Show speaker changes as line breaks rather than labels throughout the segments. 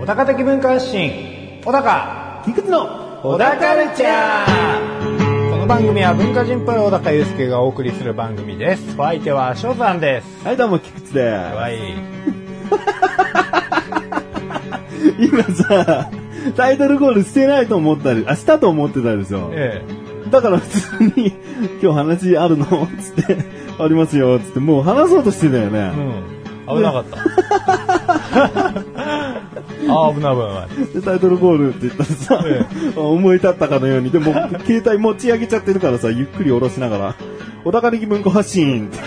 小高的文化発信小高
菊池の
小高ルチャーこの番組は文化人っぽい小高祐介がお送りする番組ですお相手は翔さんです
はい、どうも、菊池で
はい
す。今さ、タイトルコールしてないと思ったり、あ、したと思ってたでしょ。
え
だから普通に、今日話あるのつって、ありますよ。つって、もう話そうとしてたよね。
えうん危なかったあー危ない危ない
でタイトルコールって言ったらさ、
え
思い立ったかのように、でも、携帯持ち上げちゃってるからさ、ゆっくり下ろしながら、お高力文庫発信って、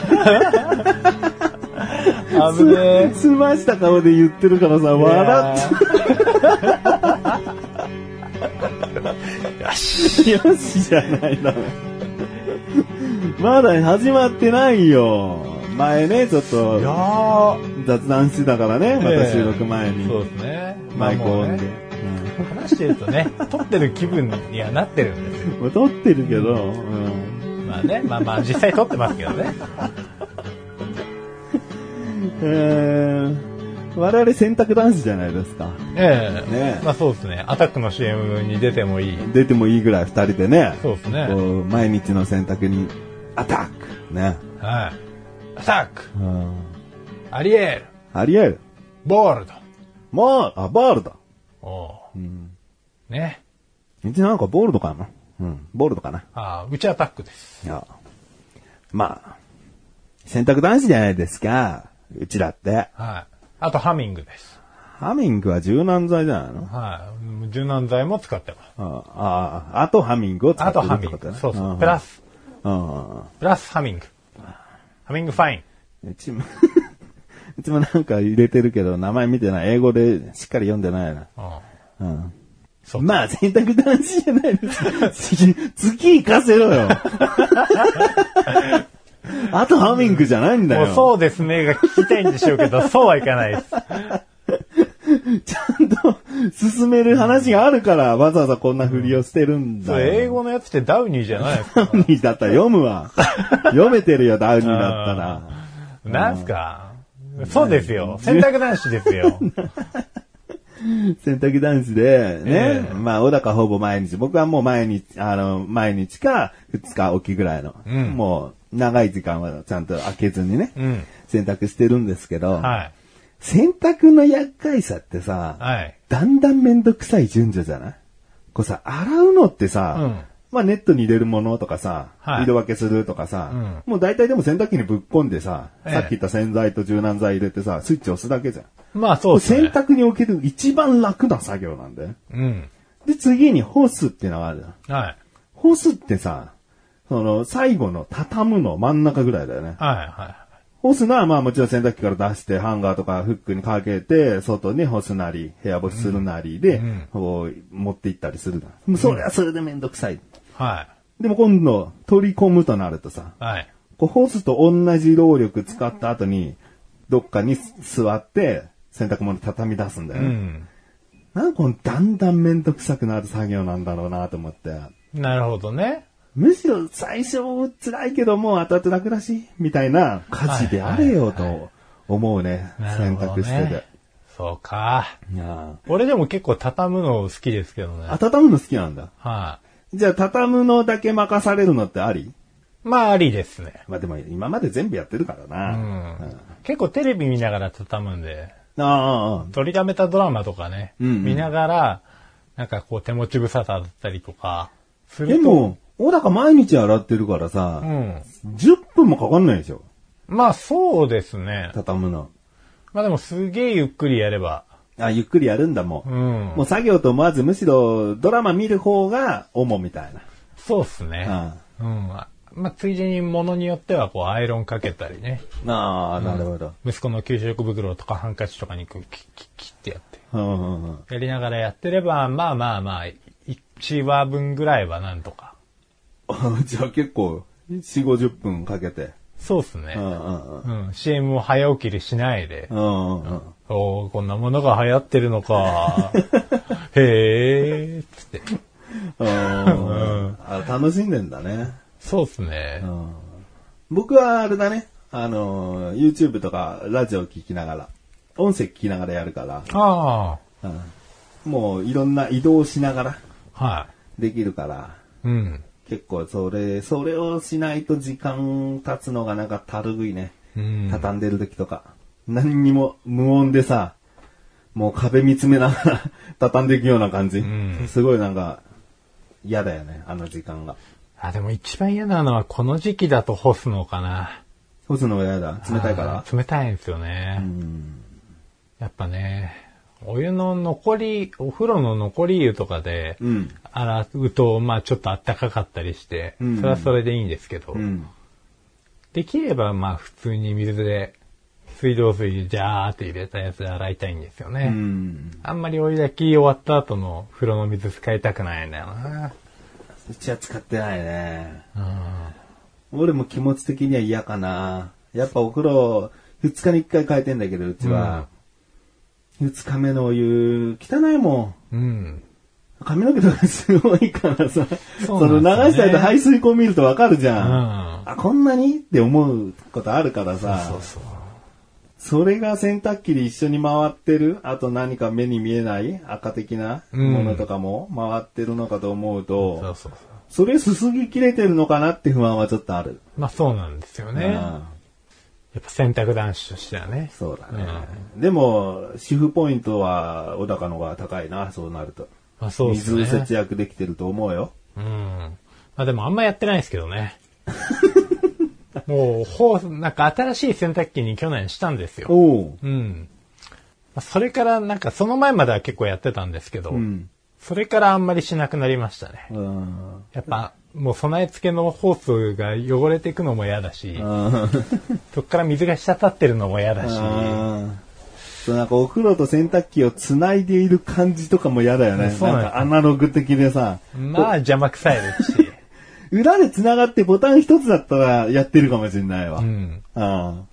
危ねえ
すました顔で言ってるからさ、笑
いやーよし
って、よしじゃないだろ。まだ始まってないよ。前ね、ちょっ
いや
と
ー
雑談してたからね、ま
え
た
え
収録前
そう
に。
ですね
マイクオンで。
話してるとね、撮ってる気分にはなってるんですよ。
うんまあ撮ってるけど、うん
まあね、まあまあ実際撮ってますけどね。
えー我々選択男子じゃないですか。
ええ
ね
まあそうですね。アタックの CM に出てもいい。
出てもいいぐらい二人でね。
そうですね。
こ
は
う毎日の選択に、アタックね。
い。アタック、
うん。
アリエール、
ありえる。
ボールド。
まあ、あ、ボールド。
おう
うん。
ね。
うちなんかボールドかな。うん、ボールドかな。
ああ、うちアタックです。
いや。まあ、選択男子じゃないですか。うちだって。
はい。あとハミングです。
ハミングは柔軟剤じゃないの
はい。柔軟剤も使ってます。
ああ、あとハミングを使
あ
って
と
る
ハ
っ
ミ
て
ン
こと
グ。
ね。
そうそう。
ん
プラ。ス、
うん。
プラスハミング。ハミングファイン。
うちも、 うちもなんか入れてるけど、名前見てない。英語でしっかり読んでないな。
うん。
うん。
そう
まあ、選択男子じゃないです。次、次行かせろよ。 あとハミングじゃないんだ
もう
よ。
そうですねが聞きたいんでしょうけ ど、そうはいかないです。
ちゃんと進める話があるから、わざわざこんなふりをしてるん
そ
だ
れ英
よ。
語のやつってダウニーじゃないですか
ダウニーだったら読むわ。読めてるよ、ダウニーだったら。
なんすかそうですよ。選択男子です よ。
洗濯男子で、ね、
ええ
まあ、小高ほぼ毎日、僕はもう毎日、あの、毎日か、二日起きぐらいの、
うん
もう、長い時間はちゃんと開けずにね、
うん。
洗濯してるんですけど、
はい。
洗濯の厄介さってさ、
はい。
だんだんめんどくさい順序じゃないこうさ、洗うのってさ、
うん
まあネットに入れるものとかさ、
はい
色分けするとかさ、
うん
もう大体でも洗濯機にぶっ込んでさ、
ええ
さっき言った洗剤と柔軟剤入れてさ、スイッチ押すだけじゃん。
まあそうです
洗
ね。
濯における一番楽な作業なんだよ。
うん。
で、次に干すってのがあるじゃん。
はい。
干すってさ、その、最後の畳むの真ん中ぐらいだよね。
はい。は
干すのはまあもちろん洗濯機から出して、ハンガーとかフックにかけて、外に干すなり、部屋干しするなりで、
うん
こう、持って行ったりするじゃん。もうそれはそれでめんどくさい。
い。は
でも今度、取り込むとなるとさ、
い。はい。
こう干すと同じ労力使った後に、どっかに座って、洗濯物畳み出すんだ
う
よね。
ん。
なんかこのだんだんめんどくさくなる作業なんだろうなと思って。
なるほどね。
むしろ最初辛いけどもう後々楽だし、みたいな家事であれよと思うね。
なる
選
ほど
択
ね。
してて。
そうか。
いや
俺でも結構畳むの好きですけどね。
ーあ、畳むの好きなんだ。
は
じゃあ畳むのだけ任されるのってあり
い。まあありですね。
まあでも今まで全部やってるから
う
な。
ん。結構テレビ見ながら畳むんで、
ああああ、
取りためたドラマとかね、
うんうん
見ながら、なんかこう手持ち無沙汰だったりとか、すると。
でも、小高毎日洗ってるからさ
う、ん。
10分もかかんないでしょ
まあそうですね。
畳むの。
まあでもすげえゆっくりやれば。
あ、ゆっくりやるんだもん
う。ん。
もう作業と思わずむしろドラマ見る方が主みたいな。
そうっすね。うん。まあついでに物によってはこうアイロンかけたりね。
ああ、なるほど。
息子の給食袋とかハンカチとかにこうキッキッキッってやって。
うんうんうん
やりながらやってれば、まあまあまあ、1話分ぐらいはなんとか。
あ じゃあ結構、4、50分かけて。
そうっすね
う。んうんうん
うん。CM を早起きりしないで。
うんうんうん
おーこんなものが流行ってるの か。へえー、つって。
うん。あ楽しんでんだね。
そうですね
う。ん僕はあれだね、あのー、YouTube とかラジオ聞きながら、音声聞きながらやるから、
あ
うんもういろんな移動しながら
あ、は
できるから、
い。うん。
結構それ、それをしないと時間経つのがなんかたるぐいね。
うん。
畳んでる時とか、何にも無音でさ、もう壁見つめながら 畳んでいくような感じ。
ん
すごいなんか、嫌だよね、あの時間が。
あ、でも一番嫌なのはこの時期だと干すのかな。
干すのが嫌だ。冷たいから
あ。ー冷たいんですよね。やっぱね、お湯の残り、お風呂の残り湯とかで、
うん。
洗うと、まあちょっと暖かかったりして、
うん
それはそれでいいんですけど、
うん。
できればまあ普通に水で、水道水でジャーって入れたやつで洗いたいんですよね。
うん。
あんまりお湯だき終わった後の風呂の水使いたくないんだよな。
うちは使ってないね。
うん。
俺も気持ち的には嫌かな。やっぱお風呂、二日に一回変えてんだけど、うちは。二、日目のお湯、汚いもん。
うん。
髪の毛とかすごいからさ、そ,、
そう
の
なんで
流
すよね
した後排水口見るとわかるじ
う
ゃん。
ん。
あ、こんなにって思うことあるからさ、そ
そうそう。
れが洗濯機で一緒に回ってる、あと何か目に見えない赤的な
うん
ものとかも回ってるのかと思うと、
そうそうそう。
それすすぎ切れてるのかなって不安はちょっとある。
まあそうなんですよね。
う
や
ん
っぱ洗濯男子としてはね。
そうだね。でも、主婦ポイントは小高の方が高いな、そうなると。
まあそうですね。
水節約できてると思うよ。
うん。まあでもあんまやってないですけど ね。もう、ほう、なんか新しい洗濯機に去年したんですよ。
おう。
うん。まあそれからなんかその前までは結構やってたんですけど、
うん。
それからあんまりしなくなりましたね。
うん。
やっぱ、もう備え付けのホースが汚れていくのも嫌だし、 そっから水が滴ってるのも嫌だし、
うんそうなんかお風呂と洗濯機をつないでいる感じとかも嫌だよね。
そう
な
なんんです
かアナログ的でさ、
まあ邪魔くさいですし、
裏で繋がってボタン一つだったらやってるかもしれないわ。
う
うん
ん。
うん。
あ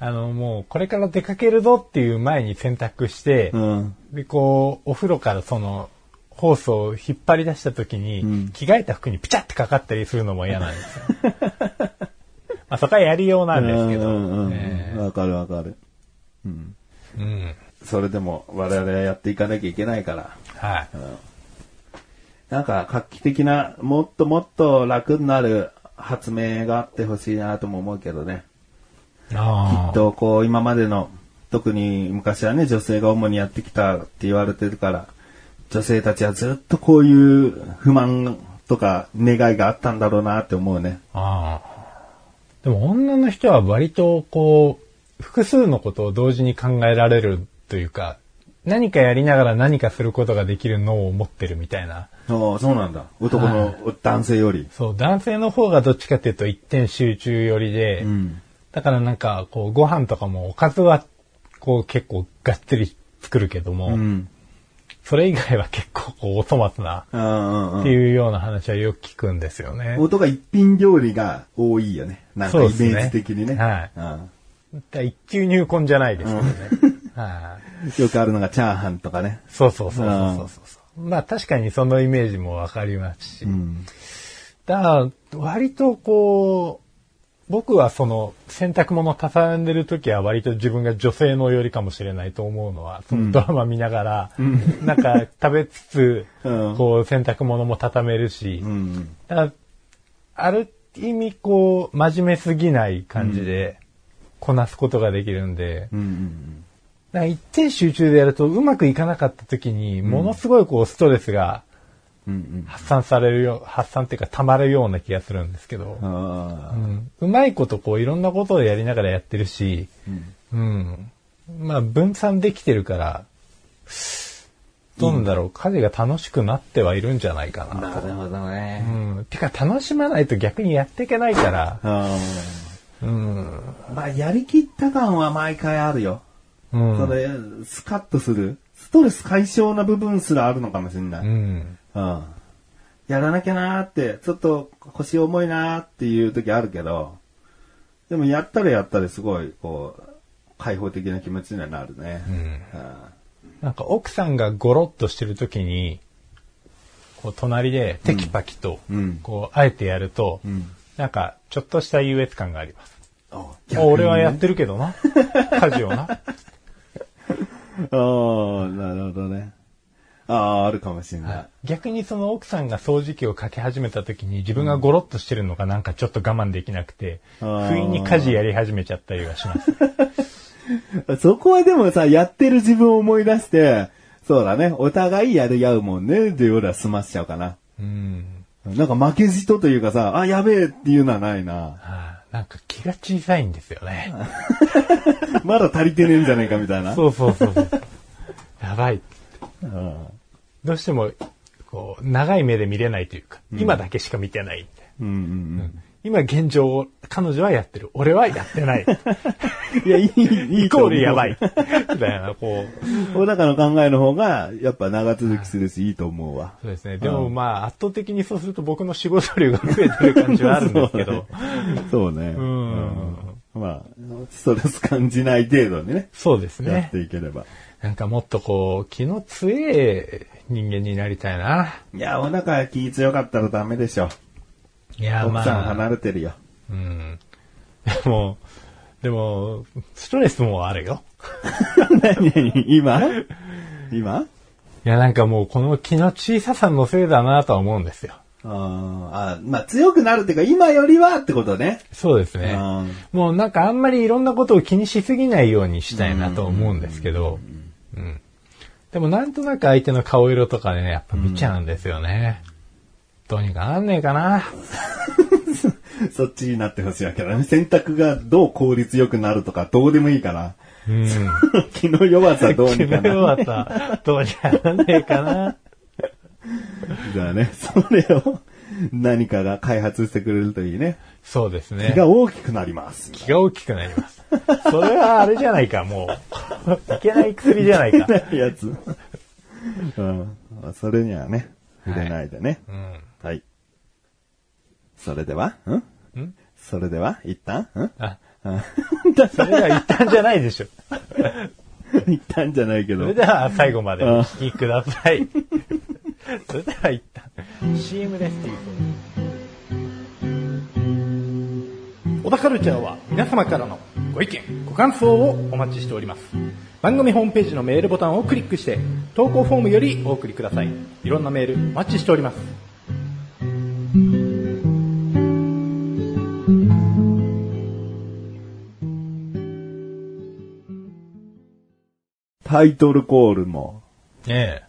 の、もうこれから出かけるぞっていう前に洗濯して、で、こう、お風呂からその、ホースを引っ張り出した時に、
ん
着替えた服にピチャってかかったりするのも嫌なんですよ。 まあそこはやりようなんですけど。
うんうんうん
ええ
わかるわかる。
うん。
それでも我々はやっていかなきゃいけないから。
はい。
なんか画期的な、もっともっと楽になる発明があってほしいなとも思うけどね。
ああ。
と、こう、今までの、特に昔はね、女性が主にやってきたって言われてるから、女性たちはずっとこういう不満とか願いがあったんだろうなって思うね。
ああ。でも女の人は割とこう、複数のことを同時に考えられるというか、何かやりながら何かすることができる脳を持ってるみたいな。
ああ、そうなんだ。男の、男性より。
そう、男性の方がどっちかっていうと一点集中寄りで、
うん。
だからなんか、こう、ご飯とかもおかずは、こう、結構がっつり作るけども、
うん。
それ以外は結構、こう、お粗末な、
ああうん
っ
う
て
ん
いうような話はよく聞くんですよね。
男が一品料理が多いよね。なんかイ
そ
メ
うですね
ージ的にね。
はい
うん
だから一級入魂じゃないですけ どね。はい
よくあるのがチャーハンとかね。
そうそうそうそうそうそう。まあ確かにそのイメージもわかりますし。
うん。
だから、割とこう、僕はその洗濯物畳んでる時は割と自分が女性のよりかもしれないと思うのは、そのドラマ見ながら、なんか食べつつ、
う ん
こう洗濯物も畳めるし、
うん。
だからある意味こう真面目すぎない感じでこなすことができるんで、
うんうん。
なんか一点集中でやるとうまくいかなかった時にものすごいこうストレスが
うんうん。
発散されるよ、発散っていうか溜まるような気がするんですけど、
あ
う
あ。
んうまいことこういろんなことをやりながらやってるし、
う
う
ん
ん。まあ分散できてるから、どうなんだろう、家事が楽しくなってはいるんじゃないかな。
なるほどね。
うん。てか楽しまないと逆にやっていけないから、
あ
うん。
あまあ、やりきった感は毎回あるよ。
うん。
それ、スカッとする。ストレス解消な部分すらあるのかもしれな
う
い。うん。
ん。
やらなきゃなーって、ちょっと腰重いなーっていう時あるけど、でもやったらやったらすごい、こう、開放的な気持ちにはなるね。うん。
なんか奥さんがゴロッとしてる時に、ここう隣でテキパキと
うん、
こう、あえてやると
ん、
なんか、ちょっとした優越感があります。
あ
あ俺はやってるけどな。家事をな。
ああ、なるほどね。ああ、あるかもしれない。
逆にその奥さんが掃除機をかけ始めた時に自分がゴロッとしてるのがなんかちょっと我慢できなくて、
あー
不意に家事やり始めちゃったりはします。
そこはでもさ、やってる自分を思い出して、そうだね、お互いやり合うもんね、で俺は済ましちゃうかな。
うん。
なんか負けじとというかさ、あ、やべえっていうのはないな。
あーなんか気が小さいんですよね。
まだ足りてねえんじゃないかみたいな。
そうそうそうそう。やばい。
うん。
どうしても、こう、長い目で見れないというか、今だけしか見てないみたいな。
うんうん
今現状を彼女はやってる。俺はやってない。
うん。いや、い い、いい
イ
と
コ
思う
ールやばい。。みたいな、こう。
小高の考えの方が、やっぱ長続きするし、いいと思うわ。
そうですね。でもまあ、圧倒的にそうすると僕の仕事量が増えてる感じはあるんですけど。
そうね。
う
うん
ん。
まあ、ストレス感じない程度にね、
そうです
やっ
ね
て。いければ。
なんかもっとこう、気の強い人間になりたいな。
いや、お腹気強かったらダメでしょ。
いや、
奥さ
ま
ん
あ。
離れてるよ。
う ん。でも、でも、ストレスもあるよ。
何何今今
いや、なんかもうこの気の小ささのせいだなとは思うんですよ。
あーあ、まあ強くなるっていうか、今よりはってことね。
そうですね。
あ
もうなんかあんまりいろんなことを気にしすぎないようにしたいなと思うんですけど、うん。でもなんとなく相手の顔色とかね、やっぱ見ちゃうんですよね。どうにかなんねえかな。
ーそっちになってほしいわけだね。選択がどう効率よくなるとか、どうでもいいから。
うん。
気の弱さどうにか
君
な。
はさ、どうにかなんねえかな。
じゃあね、それを何かが開発してくれるといいね。
そうです
気
ね。
が大きくなります。
気が大きくなります。それはあれじゃないか、もう。いけない薬じゃないか。
やつ。うん。それにはね、触れないでね。
うん。
はい。それでは、ん
ん
それでは、一旦、 ん
あ、
あ
それでは一旦じゃないでしょ。
一旦じゃないけ
そ
ど
れ。では最後までお聞きください。 それでは一旦 CM です。小田カルチャーは皆様からのご意見、ご感想をお待ちしております。番組ホームページのメールボタンをクリックして投稿フォームよりお送りください。いろんなメールお待ちしております。
タイトルコールも、
え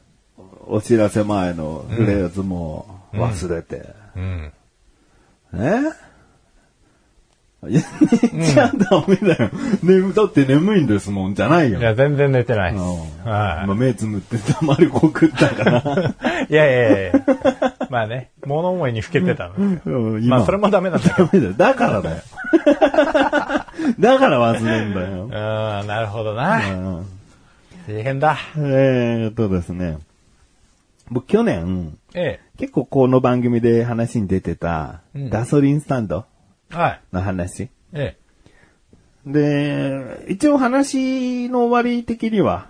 お知らせ前のフレーズも忘れて。
え。うん。
えいや、寝ちゃダメだよ。眠、だって眠いんですもん、じゃないよ。
いや、全然寝てない
うん
です。
まあ、
は
目つむってたまりこくった から。
い。いやいやいやいや まあね、物思いにふけてたの。
うん
まあ、それもダメなんだけど。
ダメだよ。だから だよ。だから忘れんだよ
う。ーん、なるほどな。
うん
大変だ。
えーっとですね。僕去年、
え
結構この番組で話に出てた、
うん
ガソリンスタンド
え。はい。
の話。
え
で、一応話の終わり的には、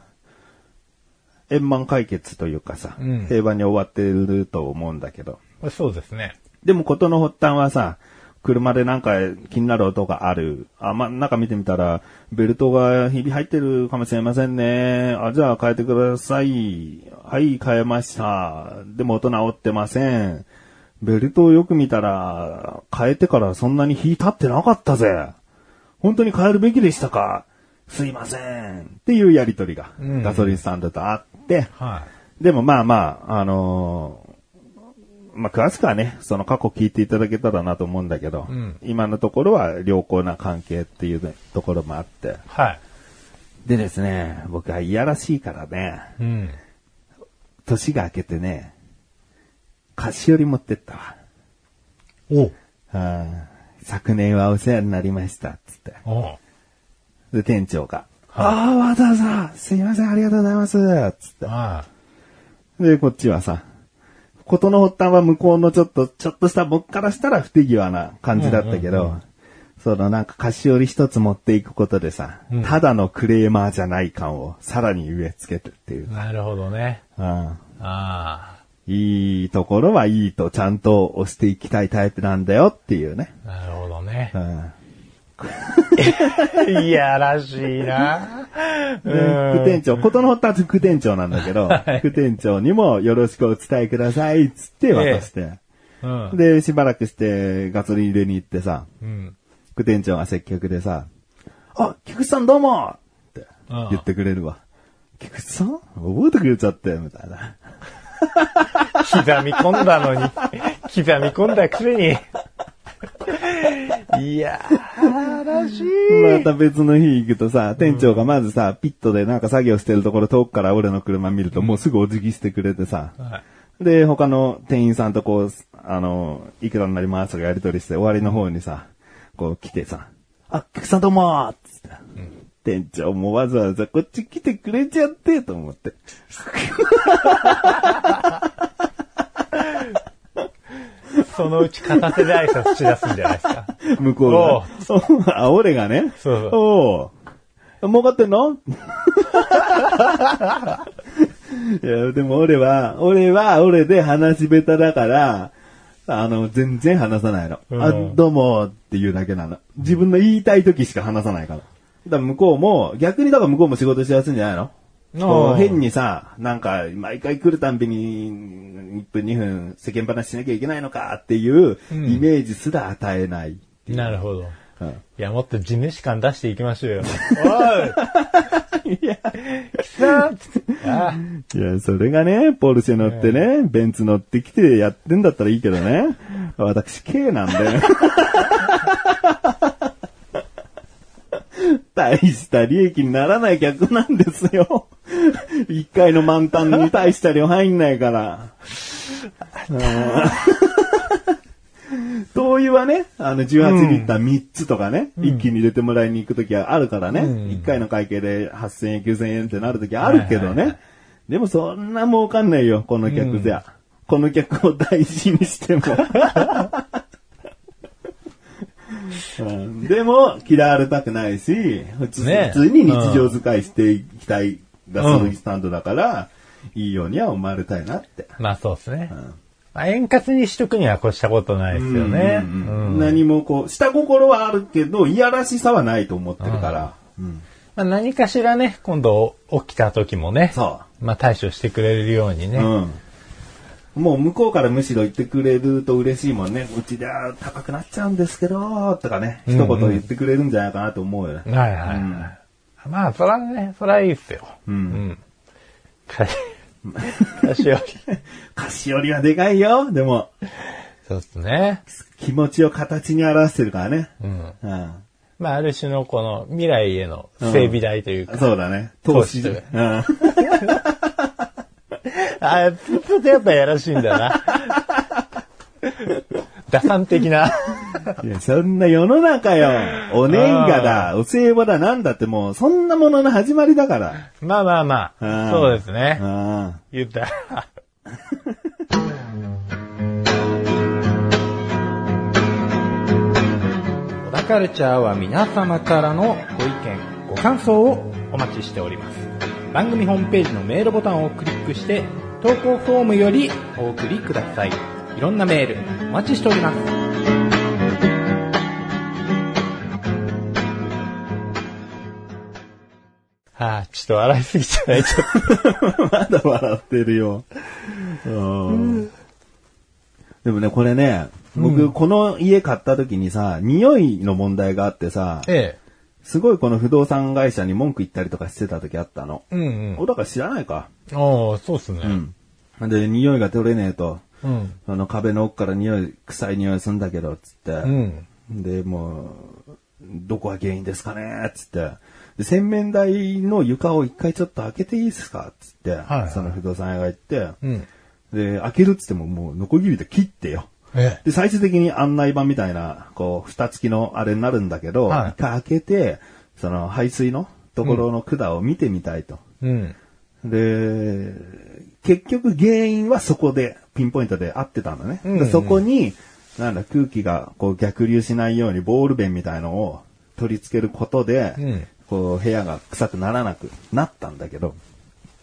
円満解決というかさ、
うん
平和に終わってると思うんだけど。
え。そうですね。
でもことの発端はさ、車でなんか気になる音がある。あ、ま、中見てみたら、ベルトがひび入ってるかもしれませんね。あ、じゃあ変えてください。はい、変えました。でも音直ってません。ベルトをよく見たら、変えてからそんなに火立ってなかったぜ。本当に変えるべきでしたかすいません。っていうやりとりが、
うん
ガソリンスタンドとあって、
は
でもまあまあ、あのーまあ詳しくはね、その過去聞いていただけたらなと思うんだけど、
うん
今のところは良好な関係っていうねところもあって
い。。はい。
でですね、僕はいやらしいからね、
うん。
年が明けてね、菓子折り持ってったわ。
お
あー昨年はお世話になりました、つって。
お
で、店長が、ああ、わざわざ、すいません、ありがとうございます、つって。
は
で、こっちはさ、ことの発端は向こうのちょっと、ちょっとした僕からしたら不手際な感じだったけど、そのなんか菓子折り一つ持っていくことでさ、
うん
ただのクレーマーじゃない感をさらに植え付けてっていう
い。。なるほどね。
うん
ああ。
いいところはいいとちゃんと押していきたいタイプなんだよっていうね。
なるほどね
う。ん。
いやらしいな。
ね副店長、ことの発端は副店長なんだ けど、副店長にもよろしくお伝えくださいっつって渡して。
うん。
で、しばらくしてガソリン入れに行ってさ、
うん。
副店長が接客でさ、あ、菊池さんどうもって
うん
言ってくれるわ。菊池さん覚えてくれちゃったよ、みたいな。
刻み込んだのに、刻み込んだくせに。いやーらしい。
また別の日行くとさ、店長がまずさ、ピットでなんか作業してるところ遠くから俺の車見るともうすぐお辞儀してくれてさ、
はい
で、他の店員さんとこう、あの、いくらになりますとかやり取りして、終わりの方にさ、こう来てさ、あ、菊池さんどうもーっつって、店長もわざわざこっち来てくれちゃってと思って。
そのうち片手で挨拶しだすんじゃないですか。
向こ うが。あ、俺がね。
そうそう
おう儲かってんの いや、でも俺は、俺は俺で話し下手だから、あの、全然話さないの。
うん
あ、どうもっていうだけなの。自分の言いたい時しか話さないから。だから向こうも、逆にだから向こうも仕事しやすいんじゃないのこ
あ
う
あ
変にさ、なんか、毎回来るたんびに、1分2分世間話しなきゃいけないのかっていう、
うん
イメージすら与えない。
なるほど。
うん
いや、もっと地主感出していきましょうよ。お いいや、きさんあ
いや、それがね、ポルシェ乗ってね、ベンツ乗ってきてやってんだったらいいけどね。 私、K なんで。大した利益にならない客なんですよ。一回の満タンに大した量入んないから。うん灯油はね、あの、18リッター3つとかね、一気に入れてもらいに行くときはあるからね、
うん
一回の会計で8000円、9000円ってなるときあるけどね、
はいはいは
でもそんな儲かんないよ、この客じゃ。この客を大事にしても。うんでも、嫌われたくないし、普通,、
ね
普通に日常使いしていきたいガソリンスタンドだから、いいようには思われたいなって。
まあそうですね。
ん
まあ、円滑にしとくには越したことないですよね。
うん
うん
何もこう、下心はあるけど、いやらしさはないと思ってるから。うん
まあ、何かしらね、今度起きた時もね、
そ
まあ対処してくれるように
う。
ね。
うん。もう向こうからむしろ言ってくれると嬉しいもんね。うちでは高くなっちゃうんですけど、とかね。一言言ってくれるんじゃないかなと思うよね。
はいはいはい。まあ、そらね、そらいいっすよ。うんん。か かしより。
菓子よりはでかいよ。でも、
そうですね。
気持ちを形に表してるからね。
うん。
うん。
まあ、ある種のこの未来への整備代というか、
そうだね。投資。
投
う
資
ん。
あ、ちょっとやっぱやらしいんだ な。打算的な。
いや、そんな世の中 よ。お年賀だ、お歳暮だ、なんだってもう、そんなものの始まりだ から。
まあまあま
うん
あ、そうですね。
うん。
言ったら。 小田カルチャーは皆様からのご意見、ご感想をお待ちしております。番組ホームページのメールボタンをクリックして、投稿フォームよりお送りください。いろんなメール、お待ちしております。はあ、ちょっと笑いすぎじゃないちょっと。
まだ笑ってるよ。うんでもね、これね、僕、この家買った時にさ、匂いの問題があってさ、
え
すごいこの不動産会社に文句言ったりとかしてた時あったの。
え。うんうん。
お、だから知らないか。
ああ、そうっすね。
うん。で、匂いが取れねえと、
うん。
あの壁の奥から匂い、臭い匂いすんだけど、つって。
うん。
で、もう、どこが原因ですかねつって。で、洗面台の床を一回ちょっと開けていいですかつって、
はいはい
その不動産屋が言って、
うん。
で、開けるっつってももうノコギリで切ってよ。
え
で、最終的に案内板みたいな、こう、蓋付きのあれになるんだけど、一、
はい
回開けて、その排水のところの管を見てみたいと。
え。うん。
で、結局原因はそこで、ピンポイントで合ってたんだね。
うんうん
でそこに、なんだ、空気がこう逆流しないようにボール弁みたいのを取り付けることで、
うん
こう部屋が臭くならなくなったんだけど、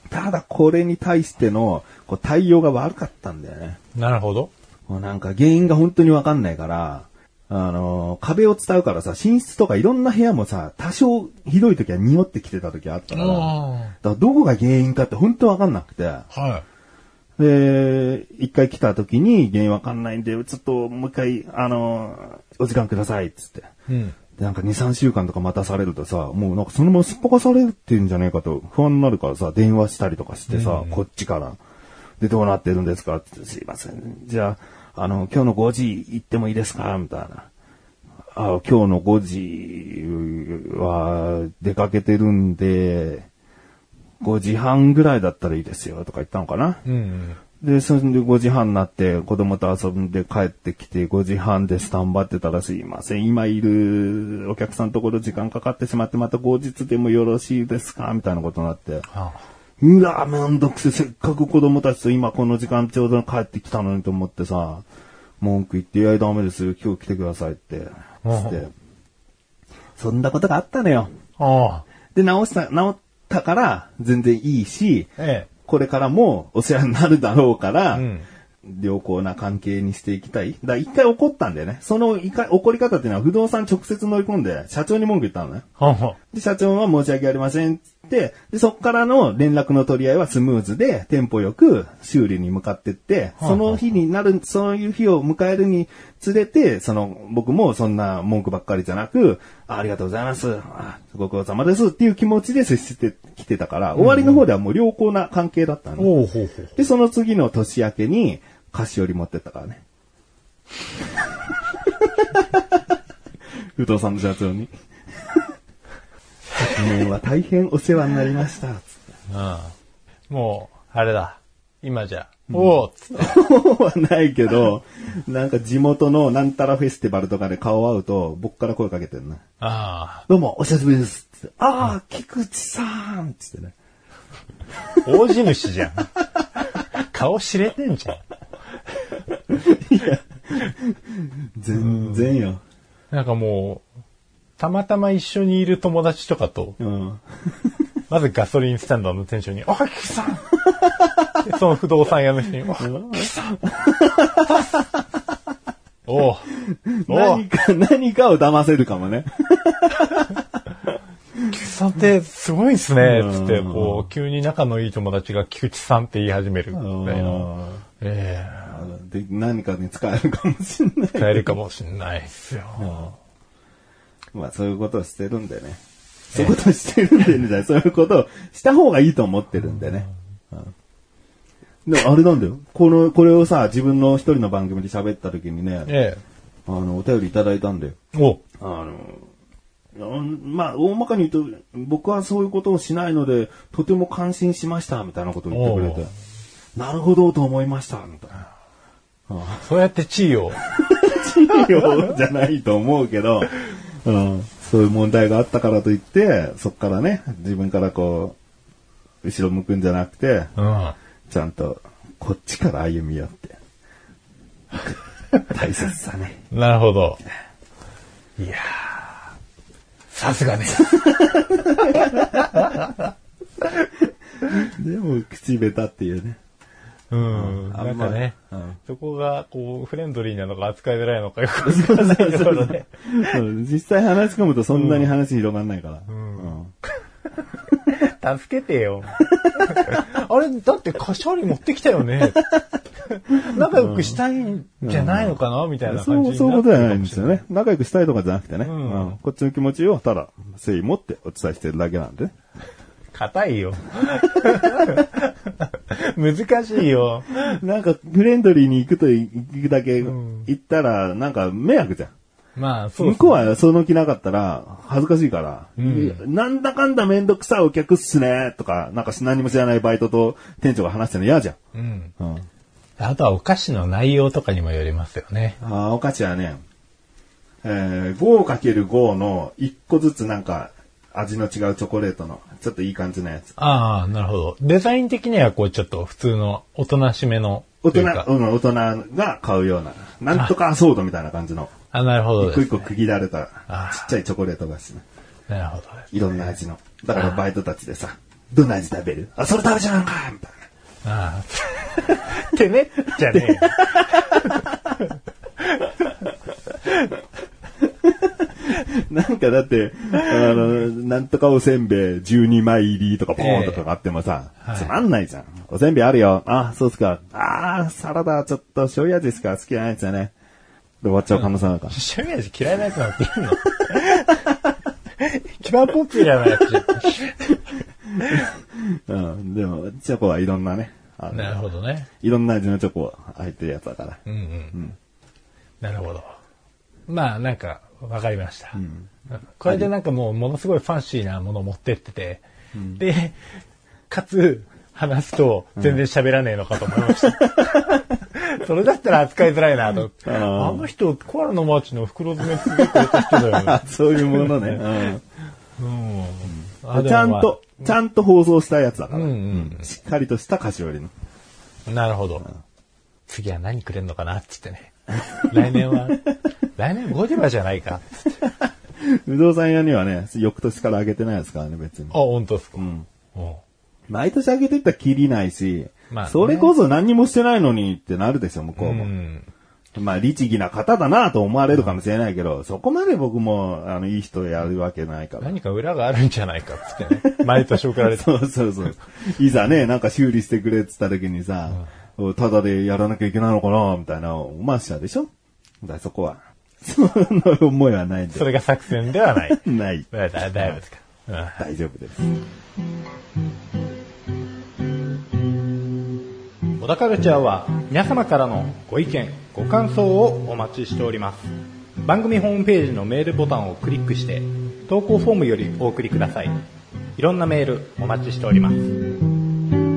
ただこれに対してのこう対応が悪かったんだよね。
なるほど。
もうなんか原因が本当にわかんないから、あのー壁を伝うからさ、寝室とかいろんな部屋もさ、多少ひどい時は匂ってきてた時あったから、だか
は
らどこが原因かって本当わかんなくて、
い。
で、一回来た時に原因わかんないんで、ちょっともう一回、あのーお時間くださいっつって。
うん。
でなんか2、3週間とか待たされるとさ、もうなんかそのまますっぽかされてんじゃねえかと不安になるからさ、電話したりとかしてさ、こっちから。で、どうなってるんですかって言ってすいません。じゃあ、あの、今日の5時行ってもいいですかみたいな。あ今日の5時は出かけてるんで、5時半ぐらいだったらいいですよとか言ったのかな。
うん。
で、それで5時半になって、子供と遊んで帰ってきて、5時半でスタンバってたらすいません。今いるお客さんのところ時間かかってしまって、また後日でもよろしいですかみたいなことになって。
はあ
うわ、めんどくせえ。せっかく子供たちと今この時間ちょうど帰ってきたのにと思ってさ、文句言って、いや、ダメです。今日来てくださいって。つっ
う
て。そんなことがあったのよ。
ああ。
で、直した、直ったから全然いいし、
え
これからもお世話になるだろうから、
うん
良好な関係にしていきたい。だから一回怒ったんだよね。その一回怒り方っていうのは不動産直接乗り込んで、社長に文句言ったのね。
え。はあは
で、社長は申し訳ありませんっつって、で、そっからの連絡の取り合いはスムーズで、テンポよく修理に向かってって、
あ
その日になる、そういう日を迎えるにつれて、その、僕もそんな文句ばっかりじゃなく、あありがとうございます、あご苦労様ですっていう気持ちで接してきてたから、終わりの方ではもう良好な関係だったの
あ。。おおほうほう。
で、その次の年明けに、菓子折り持ってったから ね。不動産の社長に。昨年は大変お世話になりました。つっ
うん。もう、あれだ。今じゃ。おおつって。
てはないけど、なんか地元のなんたらフェスティバルとかで顔合うと、僕から声かけてるな。
ああ。
どうも、お久しぶりです。つってああ、菊池さんつってね。
大地主じゃん。顔知れてんじゃん。
全然よ。
なんかもう、たまたま一緒にいる友達とかと、
うん。
まずガソリンスタンドの店長に、おはきさん でその不動産屋の人に、おはきさんおうお
何
う
か、何かを騙せるかもね。
菊池さんってすごいっすね
う。ん
つって、こう、急に仲のいい友達が菊池さんって言い始めるみたいな。ええ
で何かに使えるかもしれない。
使えるかもしんないっすよ。
まあそういうことをしてるんでね。そういうことをしてるんでね、 そういうことをした方がいいと思ってるんでね。うんでもあれなんだよ。この、これをさ、自分の一人の番組で喋った時にね、
え
あの、お便りいただいたんだよ。
えお
あの、うんまあ、大まかに言うと、僕はそういうことをしないので、とても感心しました、みたいなことを言ってくれ
お
て、なるほど、と思いました、みたいな。
そうやって地位を。
いいよじゃないと思うけど、 うん、そういう問題があったからといって、そっからね、自分からこう、後ろ向くんじゃなくて、
うん。
ちゃんと、こっちから歩み寄って。大切だね。
なるほど。いやーさすがね。
でも、口下手って いうね。
うん。
あんま
なんかね
うん、
そこが、こう、フレンドリーなのか扱いづらいのかよくわかんないけどね。
うん実際話し込むとそんなに話広がんないから。うん
助けてよ。あれ、だって、菓子折り持ってきたよね。 仲良くしたいんじゃないのかなみたいな
そ
感じ
う、
に
そういう
な
こ
って
とじゃ
る
な
か
いん
も
で
し
す
れ
よ
ない。
ね。仲良くしたいとかじゃなくてね。
ん
うんこっちの気持ちをただ、誠意持ってお伝えしてるだけなんでね。
硬いよ。 難しいよ。
なんか、フレンドリーに行くとい行くだけ行ったら、なんか迷惑じゃん。
まあ、そう
向こうはその気なかったら、恥ずかしいから、なんだかんだめんどくさいお客っすね、とか、なんか何も知らないバイトと店長が話してるの嫌じゃん。
うん。
うん。
あとはお菓子の内容とかにもよりますよね。
あーお菓子はね、えー、5×5 の1個ずつなんか、味の違うチョコレートの、ちょっといい感じのやつ。
ああ、なるほど。デザイン的にはこうちょっと普通の大人しめの。
大
と
人
いうか、
うん、大人が買うような、なんとかソードみたいな感じの、
あ、なるほど
一個
です。
一個区切られた、ちっ
あー
ちゃいチョコレート菓子ね。
なるほどです。
いろんな味の。だからバイトたちでさ、どんな味食べるあ、それ食べちゃうんかみたい
ああ。てね、じゃね
な。なんかだって、あの、なんとかおせんべい12枚入りとかポーンとか買ってもさ、
はい
つまんないじゃん。おせんべいあるよ。あ、そうっすか。あー、サラダちょっと醤油味ですか好きじゃないですよね。で終わっちゃう可能性なんか
え。。趣味味嫌いなやつなんているの一番ポピュラーなやつじゃん。
うん。でも、チョコはいろんなね。あの
なるほどね。
いろんな味のチョコ入ってるやつだから。
うんうん。なるほど。まあ、なんか、わかりました。これでなんかもう、ものすごいファンシーなものを持ってってて、で、かつ、話すと全然喋らねえのかと思いま した。それだったら扱いづらいなと思って。あ
あ
の人、コアラのマーチの袋詰めすげえくれた人だよね。
あ、そういうもの ね。
うん
う
あ
ん。ちゃん。と、ちゃんと放送したやつだから。
でもまあうん
しっかりとした菓子折りの。
うん。なるほど。次は何くれんのかなっつってね。 来年は、来年ゴディバじゃないか。
不動産屋にはね、翌年からあげてないですからね、別に
あ、。本当ですか。
うん。
お
毎年あげてったらきりないし、
まあね
それこそ何にもしてないのにってなるでしょ、向こ
う
うも。
ん。
まあ、律儀な方だなと思われるかもしれないけど、そこまで僕も、あの、いい人やるわけないから。
何か裏があるんじゃないかっつってね。毎年送ら れて。
そうそうそう。いざね、なんか修理してくれって言った時にさ、ただでやらなきゃいけないのかなみたいな、おましたでしょだからそこは。 そんな思いはないん
そ
で。
れが作戦ではない。
ない。
だだ大丈夫ですか。うん
大丈夫です。
小田カルチャーは皆様からのご意見ご感想をお待ちしております番組ホームページのメールボタンをクリックして投稿フォームよりお送りくださいいろんなメールお待ちしております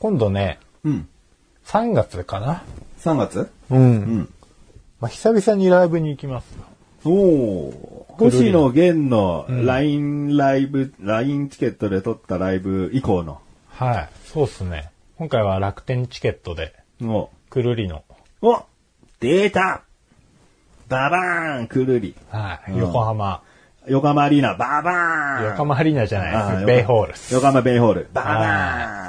今度ね
うん。
3月かな
3月
うん、
ん
まあ、久々にライブに行きますよ
おお。星野源の LINE ライブ、LINE チケットで撮ったライブ以降の、
はいそうっすね今回は楽天チケットで
も
くるりの、
う、お出たババーンくるり。
はい、
うん
横浜、
横浜アリーナ、ババーン
横浜アリーナじゃない
あ
です、
ー
ベイホールス。
横浜ベイホール。ババ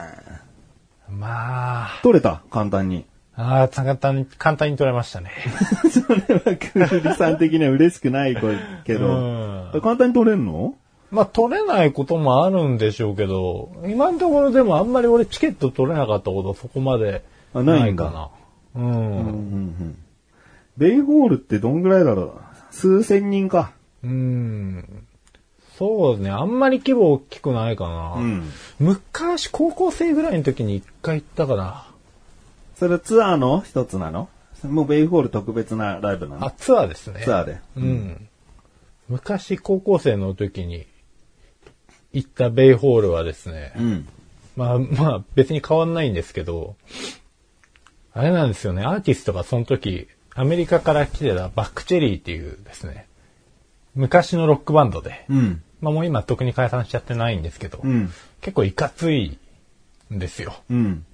ーン
まあ、
取れた簡単に。
あー簡単に、簡単に取れましたね。
それはくるりさん的には嬉しくないけ
うん
ど。簡単に取れんの
まあ、取れないこともあるんでしょうけど、今のところでもあんまり俺チケット取れなかったことそこまで
あな
ないい
んだ
かな。うん。うん
ベイホールってどんぐらいだろう数千人か。
そうですね。あんまり規模大きくないかな。
ん
昔、高校生ぐらいの時に一回行ったか
それツアーの一つなのもうベイホール特別なライブな
ら。あ、
の
ツアーですね。
ツアーで。
うん。昔、高校生の時に行ったベイホールはですね、
うん。
まあまあ別に変わんないんですけど、あれなんですよね、アーティストがその時、アメリカから来てたバックチェリーっていうですね、昔のロックバンドで、
うん。
まあもう今特に解散しちゃってないんですけど、
うん
結構いかついんですよ。
うん。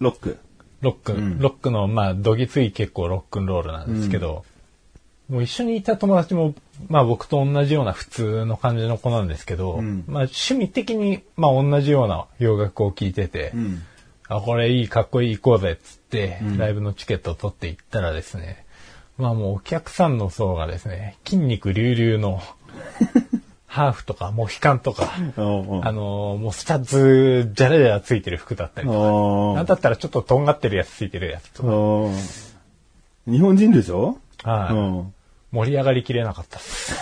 ロック。
ロック、
ん
ロックの、まあ、どぎつい結構ロックンロールなんですけど、もう一緒にいた友達も、まあ僕と同じような普通の感じの子なんですけど、
ん
まあ趣味的に、まあ同じような洋楽を聴いてて、
ん。
あ、これいい、かっこいい、行こうぜ、っつって、ライブのチケットを取って行ったらですね、まあもうお客さんの層がですね、筋肉隆々の、ハーフとか、モヒカンとか、
お
あのーもうスタッツ、じゃらじゃらついてる服だったりとか、
お
なんだったらちょっととんがってるやつついてるやつとか、
お日本人でしょ
はい
うん。
盛り上がりきれなかったっす。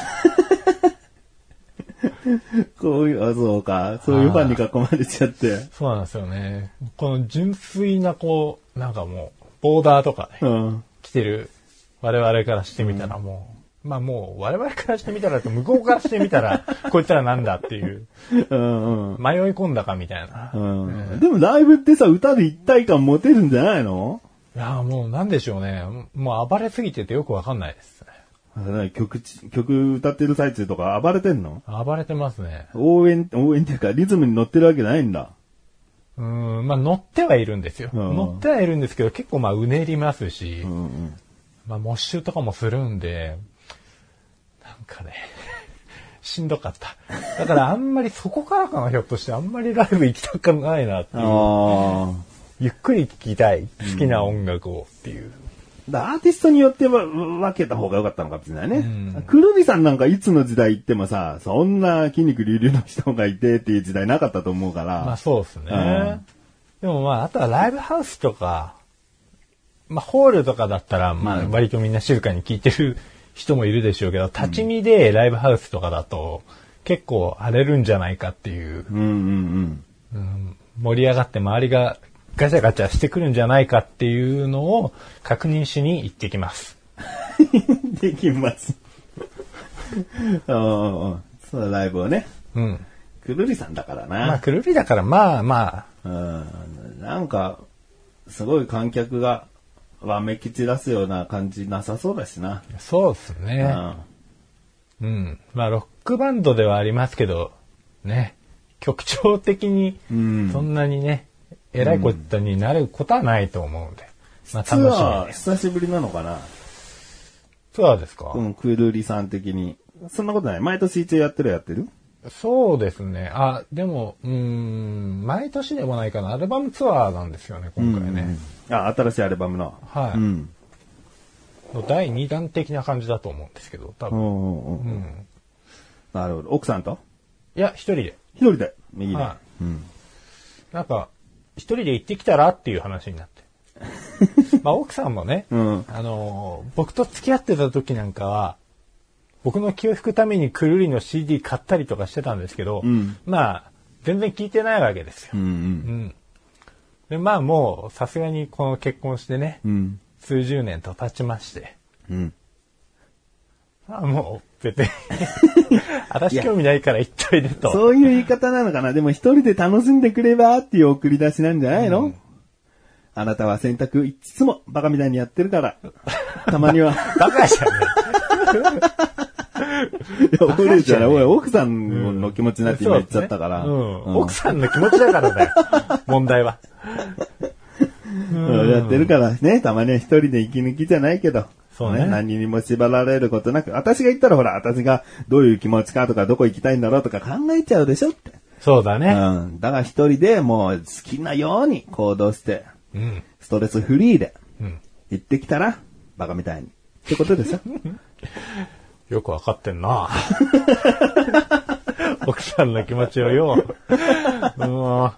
こういう、あ、そうか。そういうファンに囲まれちゃって。
そうなんですよね。この純粋なこう、なんかもう、ボーダーとかね、
うん。
着てる我々からしてみたらもう、まあもう我々からしてみたらと向こうからしてみたら、 こいつらなんだっていう、
うんうん。
迷い込んだかみたいな。
うんでもライブってさ、歌で一体感持てるんじゃないの
いやーもうなんでしょうね。もう暴れすぎててよくわかんないですね。
あれ何曲ち、曲歌ってる最中とか暴れてんの
暴れてますね。
応援、応援っていうか、リズムに乗ってるわけないんだ。
うーん、まあ乗ってはいるんですよ。
うん
乗ってはいるんですけど、結構まあうねりますし、
うんうん。
まあ、モッシュとかもするんで、なんかね、 しんどかった。だからあんまりそこからかな、ひょっとして。あんまりライブ行きたくないなっていう。
ああ。
ゆっくり聴きたい。好きな音楽をっていう。
だアーティストによっては分けた方が良かったのかもしれないね。くるみさんなんかいつの時代行ってもさ、そんな筋肉隆々の人がいてっていう時代なかったと思うから。
まあそうですね。
うん
でもまあ、あとはライブハウスとか、まあホールとかだったら、ま
う
あ
ん
割とみんな静かに聴いてる人もいるでしょうけど、立ち見でライブハウスとかだと結構荒れるんじゃないかっていう、
うんうん
うん盛り上がって周りがガチャガチャしてくるんじゃないかっていうのを確認しに行ってきます。
うん。できます。 うんうんうんそのライブをね。
うん。
くるりさんだから
まあ
な。
くるりだからまあまあ、
うん。なんか、すごい観客がわめき散らすような感じなさそうだしな。
そうです
う
ね。
ん。
うん。まあ、ロックバンドではありますけど、ね、曲調的に、
うん
そんなにね、えらいことになることはないと思うんで、まあ、楽し
ツ
み
アー、
です。
久しぶりなのかな
ツアーですか、
うん、くるりさん的に。そんなことない。毎年一応やってるやってる
そうですね。あ、でも、うーん、毎年でもないかな。アルバムツアーなんですよね、今回ね。
あ、新しいアルバムの。
はい
うん。
の第2弾的な感じだと思うんですけど、多
う
分。
んうんうん
うん。
なるほど。奥さんと
いや、一人で。
一人で。右で。
は
うん。
なんか、一人で行ってきたらっていう話になっ て。まあ、奥さんもね、
うん
あのー僕と付き合ってた時なんかは、僕の気を引くためにくるりの CD 買ったりとかしてたんですけど、
うん
まあ、全然聞いてないわけですよ
う。ん
うん。で、まあもう、さすがにこの結婚してね、
うん。うん。
数十年と経ちまして、
うん。
まあもう、別 に、私興味ないから行っといでと。
そういう言い方なのかな。でも一人で楽しんでくればっていう送り出しなんじゃないの、あなたは洗濯いつもバカみたいにやってるから。たまには。
バカじゃね
いや、俺じゃ
バカじゃね
ない。
え
おい奥さんの気持ちになって今言っちゃったから。
うん
うん
奥さんの気持ちだからだよ。問題は。
うんやってるからね、たまには一人で息抜きじゃないけど。
そうね
何にも縛られることなく、私が言ったらほら、私がどういう気持ちかとか、どこ行きたいんだろうとか考えちゃうでしょって。
そうだ
う
ね。
ん。だから一人でもう好きなように行動して、
うん。
ストレスフリーで
うん。
行ってきたら、バカみたいに。ってこ とでしょ
よくわかってんな。 奥さんの気持ちをよ。うん。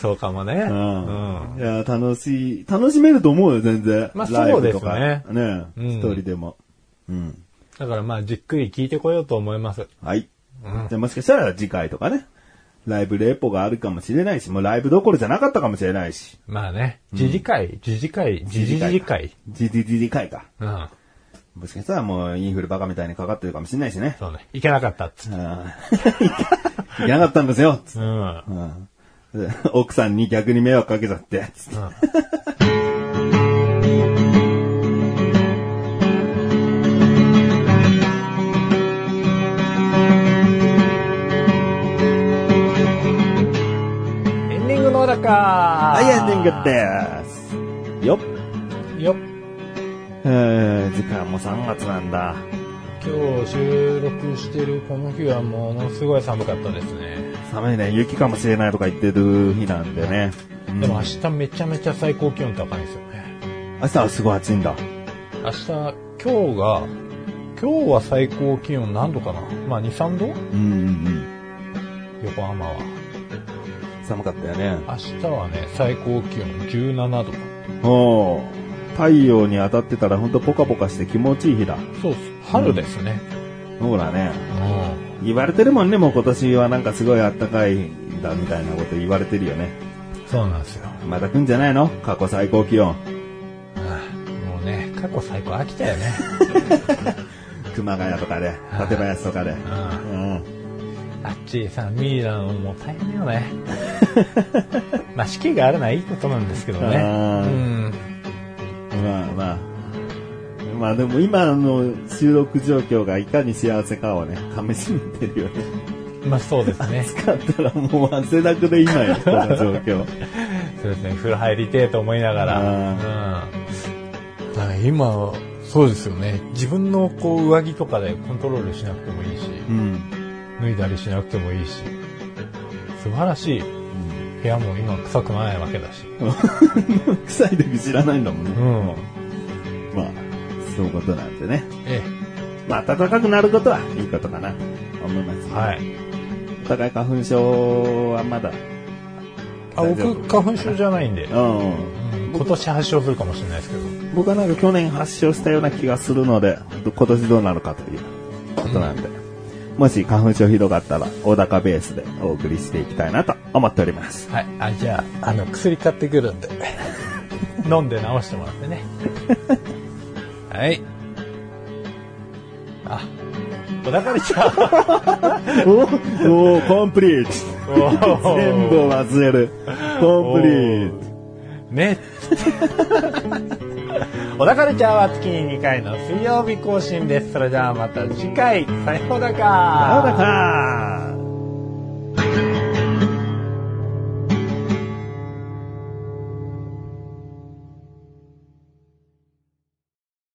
そうかもね。う
うん
ん。
いや、楽しい、楽しめると思うよ、全然。
まあ
ライブ
そ
と
う
か
ですね
ね。
うん
一人でも。うん。
だからまあ、じっくり聞いてこようと思います。
はい。じゃあもしかしたら次回とかね、ライブレポがあるかもしれないし、もうライブどころじゃなかったかもしれないし。
まあね、自治会、自治会、自治自治会。
じじじじ会か。
うん。
もしかしたらもうインフルバカみたいにかかってるかもしれないしね。
そうね。いけなかったっつって。
あー いけなかったんですよ。つって
うん。
うんで奥さんに逆に迷惑かけちゃって。つって
エンディングのだか
は、
はい
エンディングです。よっ。
グよっ
えー時間も3月なんだ。
今日収録してるこの日はものすごい寒かったですね、
寒いね。雪かもしれないとか言ってる日なんでね。うん
でも明日めちゃめちゃ最高気温高いんですよね
明日はすごい暑いんだ。
明日今日が今日は最高気温何度かなまあ23度
うんうんうん。
横浜は
寒かったよね。
明日はね最高気温17度
おお。太陽に当たってたらほんとポカポカして気持ちいい日だ。
そうっす春ですね
ほらね。
うん、
言われてるもんね、もう今年はなんかすごい暖かいんだみたいなこと言われてるよね。
そうなんですよ
また来んじゃないの過去最高気温。
ああもうね過去最高飽きた よね
熊谷とかで、館林とかで。
あ
うん。
あっちさミイラのもう大変だよ ねまあ四季があるのはいいことなんですけどね
あー
うん
まあまあ。まあでも今の収録状況がいかに幸せかをね、かみしめてるよね。
まあそうですね。
使ったらもう汗だくで今よ、この状況。
そうですね。風呂入りてえと思いながら。うん。だから今、そうですよね。自分のこう上着とかでコントロールしなくてもいいし、
うん。
脱いだりしなくてもいいし、素晴らしい。部屋も今臭くないわけだし。
臭い時知らないんだもん
う
ね。
ん。
まあ、そういうことなんでね。
え
まあ、暖かくなることはいいことかな。思います。
え、はい。
お互い花粉症はまだ。
あ、
大丈夫
僕、花粉症じゃないんで、
うん。
うん今年発症するかもしれないですけど。
僕はなんか去年発症したような気がするので、ど今年どうなるかということなんで。もし花粉症ひどかったら、小高ベースでお送りしていきたいなと思っております。
はい。あ、じゃあ、あの、薬買ってくるんで。 飲んで治してもらってね。 はい。あ、お腹れちゃう。
おおコンプリート全部忘れる。コンプリート。
ね。 おだかれちゃんは月に2回の水曜日更新です。それではまた次回、さようだか。
小高